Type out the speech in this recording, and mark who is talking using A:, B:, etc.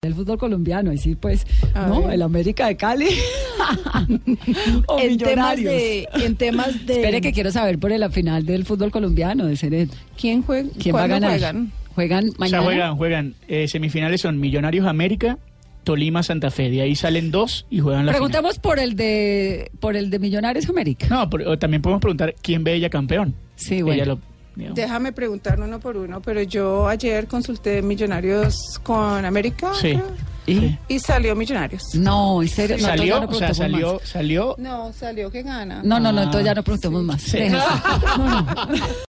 A: El fútbol colombiano, y sí, pues,
B: A
A: no,
B: ver.
A: el América de Cali. o
B: en temas
A: Millonarios.
B: de en temas de
A: Espere que quiero saber por la final del fútbol colombiano de Seret.
B: quién juega
A: ¿Quién va a ganar?
B: juegan
A: ¿Juegan
C: O sea,
A: mañana?
C: juegan, juegan. eh, semifinales son Millonarios América, Tolima Santa Fe. De ahí salen dos y juegan la final.
A: Preguntamos por el de por el de Millonarios América.
C: No, por- o también podemos preguntar quién ve ella campeón.
A: Sí,
C: Ella
A: bueno.
C: lo- digamos.
B: déjame preguntar uno por uno pero yo ayer consulté millonarios con
A: Ah,
B: América
C: Sí.
B: creo,
C: ¿Y?
B: y salió millonarios
A: No, en serio, no, entonces ya
C: Salió,
A: no
C: o sea,
A: preguntamos
C: salió, salió
B: no salió que gana
A: más. No, no, no,
C: Ah.
A: entonces ya no preguntemos más.
C: Sí.
A: Deja eso. No, no.